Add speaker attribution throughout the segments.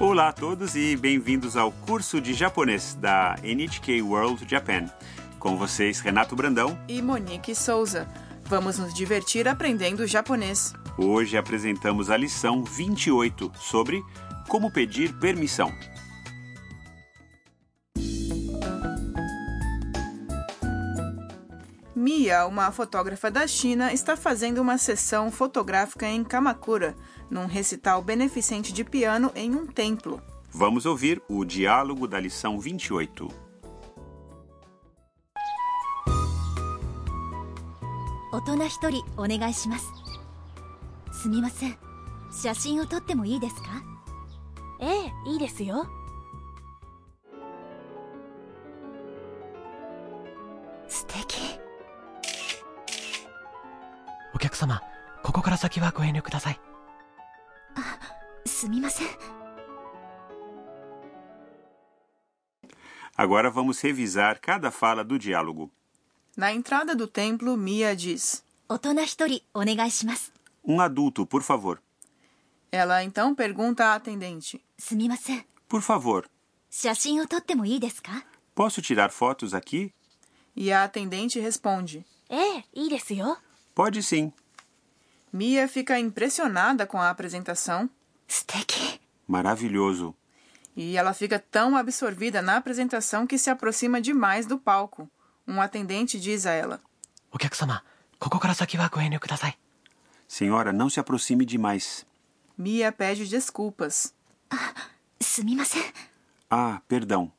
Speaker 1: Olá a todos e bem-vindos ao curso de japonês da NHK World Japan. Com vocês, Renato Brandão.
Speaker 2: E Monique Souza. Vamos nos divertir aprendendo japonês.
Speaker 1: Hoje apresentamos a lição 28 sobre como pedir permissão.
Speaker 2: Mia, uma fotógrafa da China, está fazendo uma sessão fotográfica em Kamakura, num recital beneficente de piano em um templo.
Speaker 1: Vamos ouvir o diálogo da lição 28.
Speaker 3: 大人一人お願いしますすみません写真を撮ってもいいですか
Speaker 4: ええいいですよ
Speaker 3: 素敵
Speaker 5: お客様ここから先はご遠慮ください
Speaker 3: すみません
Speaker 1: Agora vamos revisar cada fala do diálogo.
Speaker 2: Na entrada do templo, Mia diz:
Speaker 3: 大人一人お願いします
Speaker 1: Um adulto, por favor.
Speaker 2: Ela então pergunta à atendente.
Speaker 3: すみません
Speaker 1: Por favor,
Speaker 3: 写真を撮ってもいいですか
Speaker 1: posso tirar fotos aqui?
Speaker 2: E a atendente responde.
Speaker 4: ええいいですよ
Speaker 1: Pode sim,
Speaker 2: Mia fica impressionada com a apresentação
Speaker 3: 素敵
Speaker 1: Maravilhoso.
Speaker 2: e ela fica tão absorvida na apresentação que se aproxima demais do palco. Um atendente diz a ela:
Speaker 5: お客様ここから先はご遠慮ください
Speaker 1: Senhora, não se aproxime demais.
Speaker 2: Mia pede desculpas.
Speaker 3: すみません
Speaker 1: Ah, perdão.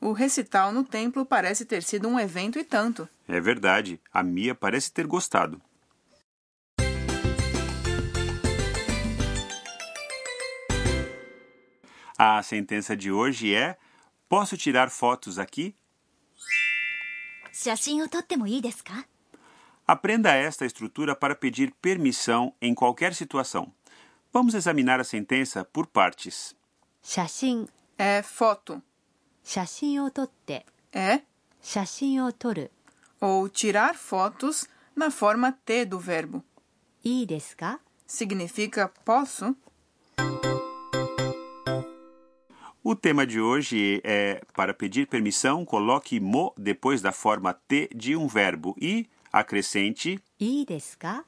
Speaker 2: O recital no templo parece ter sido um evento e tanto.
Speaker 1: É verdade, a Mia parece ter gostado. A sentença de hoje é: Posso tirar fotos aqui?
Speaker 3: 写真を撮ってもいいですか
Speaker 1: Aprenda esta estrutura para pedir permissão em qualquer situação. Vamos examinar a sentença por partes.
Speaker 6: 写真
Speaker 2: É foto.
Speaker 6: 写真を撮って
Speaker 2: É
Speaker 6: 写真を撮る
Speaker 2: ou tirar fotos na forma T do verbo.
Speaker 6: いいですか
Speaker 2: Significa posso?
Speaker 1: O tema de hoje é: para pedir permissão, coloque mo depois da forma T de um verbo e acrescente
Speaker 6: いいですか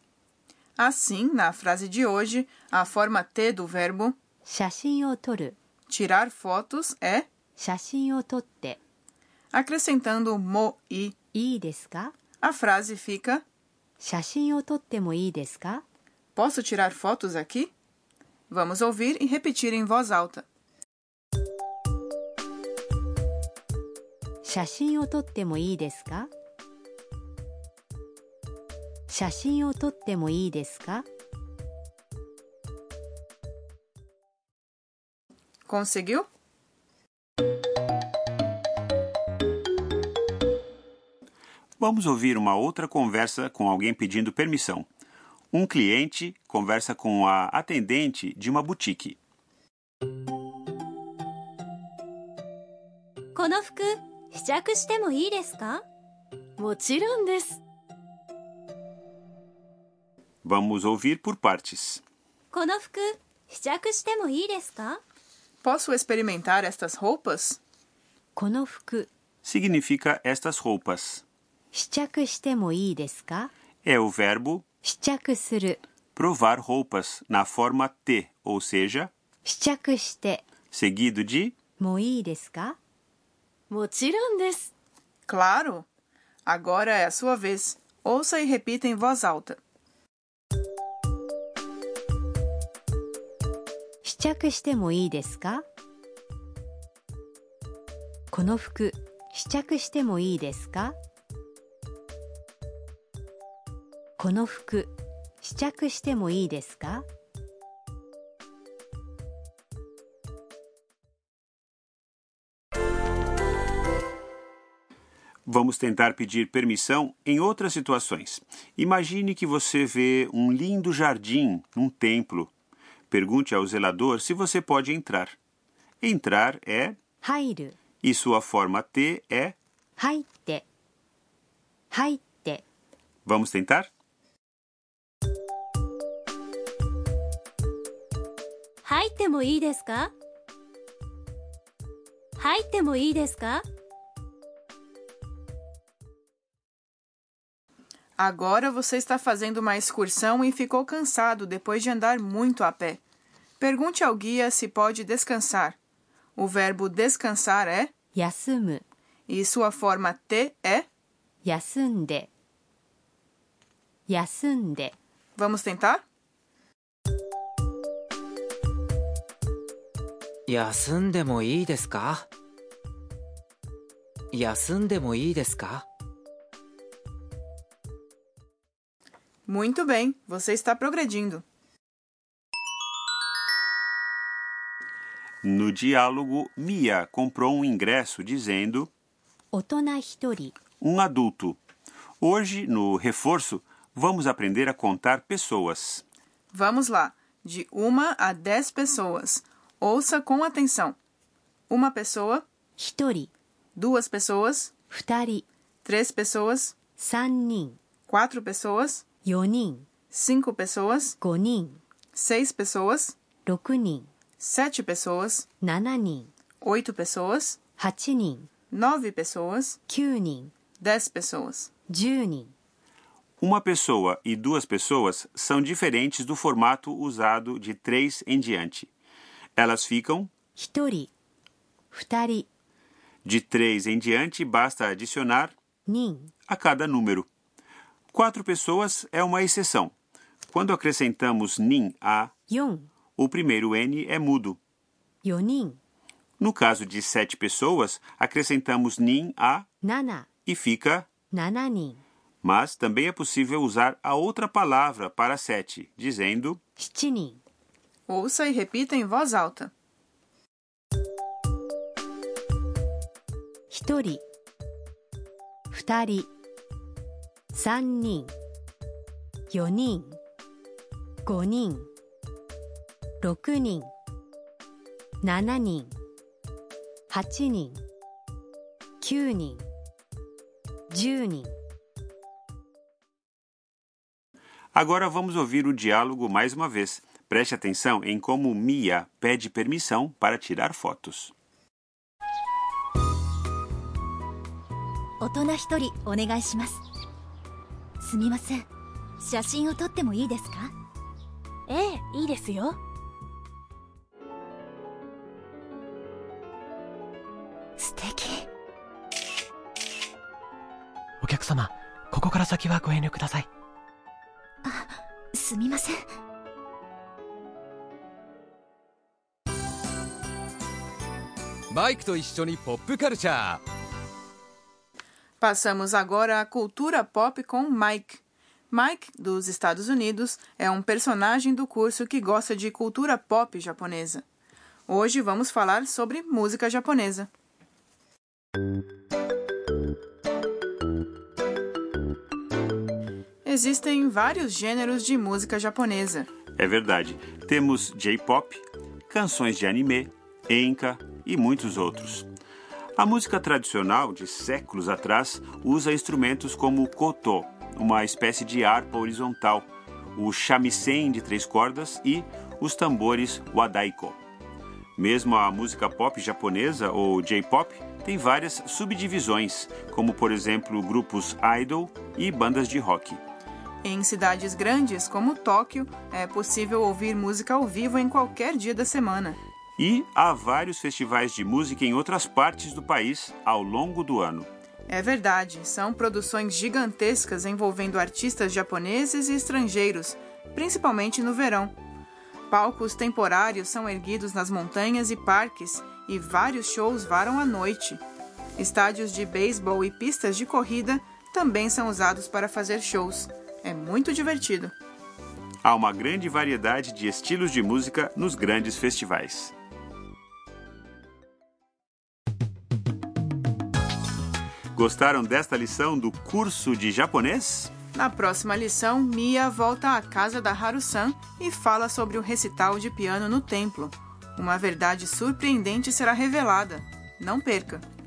Speaker 2: Assim, na frase de hoje, a forma T do verbo
Speaker 6: 写真を撮る
Speaker 2: tirar fotos é
Speaker 6: 写真を撮って
Speaker 2: acrescentando mo e
Speaker 6: いいですか
Speaker 2: a frase fica
Speaker 6: 写真を撮ってもいいですか
Speaker 2: Posso tirar fotos aqui? Vamos ouvir e repetir em voz alta.
Speaker 6: 写真を撮ってもいいですか写真を撮ってもいいですか
Speaker 2: Conseguiu?
Speaker 1: Vamos ouvir uma outra conversa com alguém pedindo permissão. Um cliente conversa com a atendente de uma boutique.
Speaker 4: この服試着してもいいですかもちろんです
Speaker 1: Vamos ouvir por partes.
Speaker 4: この服試着してもいいですか
Speaker 2: Posso experimentar estas roupas?
Speaker 6: この服
Speaker 1: Significa estas roupas.
Speaker 6: 試着してもいいですか
Speaker 1: É o verbo
Speaker 6: 試着する
Speaker 1: provar roupas na forma T, ou seja,
Speaker 6: 試着して
Speaker 1: seguido de
Speaker 6: もいいですか
Speaker 4: もちろんです
Speaker 2: Claro! Agora é a sua vez. Ouça e repita em voz alta.
Speaker 6: 試着してもいいですかこの服試着してもいいですかこの服試着してもいいですか
Speaker 1: Vamos tentar pedir permissão em outras situações. Imagine que você vê um lindo jardim num templo. Pergunte ao zelador se você pode entrar. Entrar é
Speaker 6: 入る
Speaker 1: e sua forma T é.
Speaker 6: 入って入って
Speaker 1: Vamos tentar?
Speaker 4: 入ってもいいですか入ってもいいですか
Speaker 2: Agora você está fazendo uma excursão e ficou cansado depois de andar muito a pé. Pergunte ao guia se pode descansar. O verbo descansar é
Speaker 6: 休む
Speaker 2: e sua forma T é.
Speaker 6: 休んで休んで
Speaker 2: Vamos tentar?
Speaker 7: 休んでもいいですか休んでもいいですか
Speaker 2: Muito bem, você está progredindo.
Speaker 1: No diálogo, Mia comprou um ingresso dizendo
Speaker 6: 大人一人
Speaker 1: um adulto. Hoje, no reforço, vamos aprender a contar pessoas.
Speaker 2: Vamos lá, de uma a dez pessoas. Ouça com atenção: uma pessoa,
Speaker 6: 一人
Speaker 2: duas pessoas,
Speaker 6: 二人
Speaker 2: três pessoas,
Speaker 6: 三人
Speaker 2: quatro pessoas,
Speaker 6: 四人
Speaker 2: cinco pessoas,
Speaker 6: 五人
Speaker 2: seis pessoas,
Speaker 6: 六人
Speaker 2: sete pessoas,
Speaker 6: 七人
Speaker 2: oito pessoas,
Speaker 6: 八人
Speaker 2: nove pessoas,
Speaker 6: 九人
Speaker 2: dez pessoas.
Speaker 6: 十人
Speaker 1: Uma pessoa e duas pessoas são diferentes do formato usado de três em diante. Elas ficam
Speaker 6: 一人二人
Speaker 1: de três em diante, basta adicionar
Speaker 6: 人
Speaker 1: a cada número. Quatro pessoas é uma exceção. Quando acrescentamos nin a,
Speaker 6: 四
Speaker 1: o primeiro n é mudo.
Speaker 6: 四人
Speaker 1: No caso de sete pessoas, acrescentamos nin a
Speaker 6: 七
Speaker 1: e fica
Speaker 6: 七人
Speaker 1: Mas também é possível usar a outra palavra para sete, dizendo
Speaker 6: 七人
Speaker 2: Ouça e repita em voz alta.
Speaker 6: 一人二人三人四人五人六人七人八人九人十人
Speaker 1: Agora vamos ouvir o diálogo mais uma vez. Preste atenção em como Mia pede permissão para tirar fotos.
Speaker 3: 大人一人お願いしますすみません写真を撮ってもいいですか
Speaker 4: ええいいですよ
Speaker 3: 素敵
Speaker 5: お客様、ここから先はご遠慮ください。
Speaker 3: すみません
Speaker 8: マイクと一緒にポップカルチャー
Speaker 2: Passamos agora à cultura pop com Mike. Mike, dos Estados Unidos, é um personagem do curso que gosta de cultura pop japonesa. Hoje vamos falar sobre música japonesa. Existem vários gêneros de música japonesa.
Speaker 1: É verdade, temos J-pop, canções de anime, enka e muitos outros. A música tradicional de séculos atrás usa instrumentos como o koto, uma espécie de harpa horizontal, o shamisen de três cordas e os tambores wadaiko. Mesmo a música pop japonesa ou J-pop tem várias subdivisões, como por exemplo grupos idol e bandas de rock.
Speaker 2: Em cidades grandes como Tóquio, é possível ouvir música ao vivo em qualquer dia da semana.
Speaker 1: E há vários festivais de música em outras partes do país ao longo do ano.
Speaker 2: É verdade, são produções gigantescas envolvendo artistas japoneses e estrangeiros, principalmente no verão. Palcos temporários são erguidos nas montanhas e parques, e vários shows varam à noite. Estádios de beisebol e pistas de corrida também são usados para fazer shows. É muito divertido.
Speaker 1: Há uma grande variedade de estilos de música nos grandes festivais. Gostaram desta lição do curso de japonês?
Speaker 2: Na próxima lição, Mia volta à casa da Haru-san e fala sobre o recital de piano no templo. Uma verdade surpreendente será revelada. Não perca!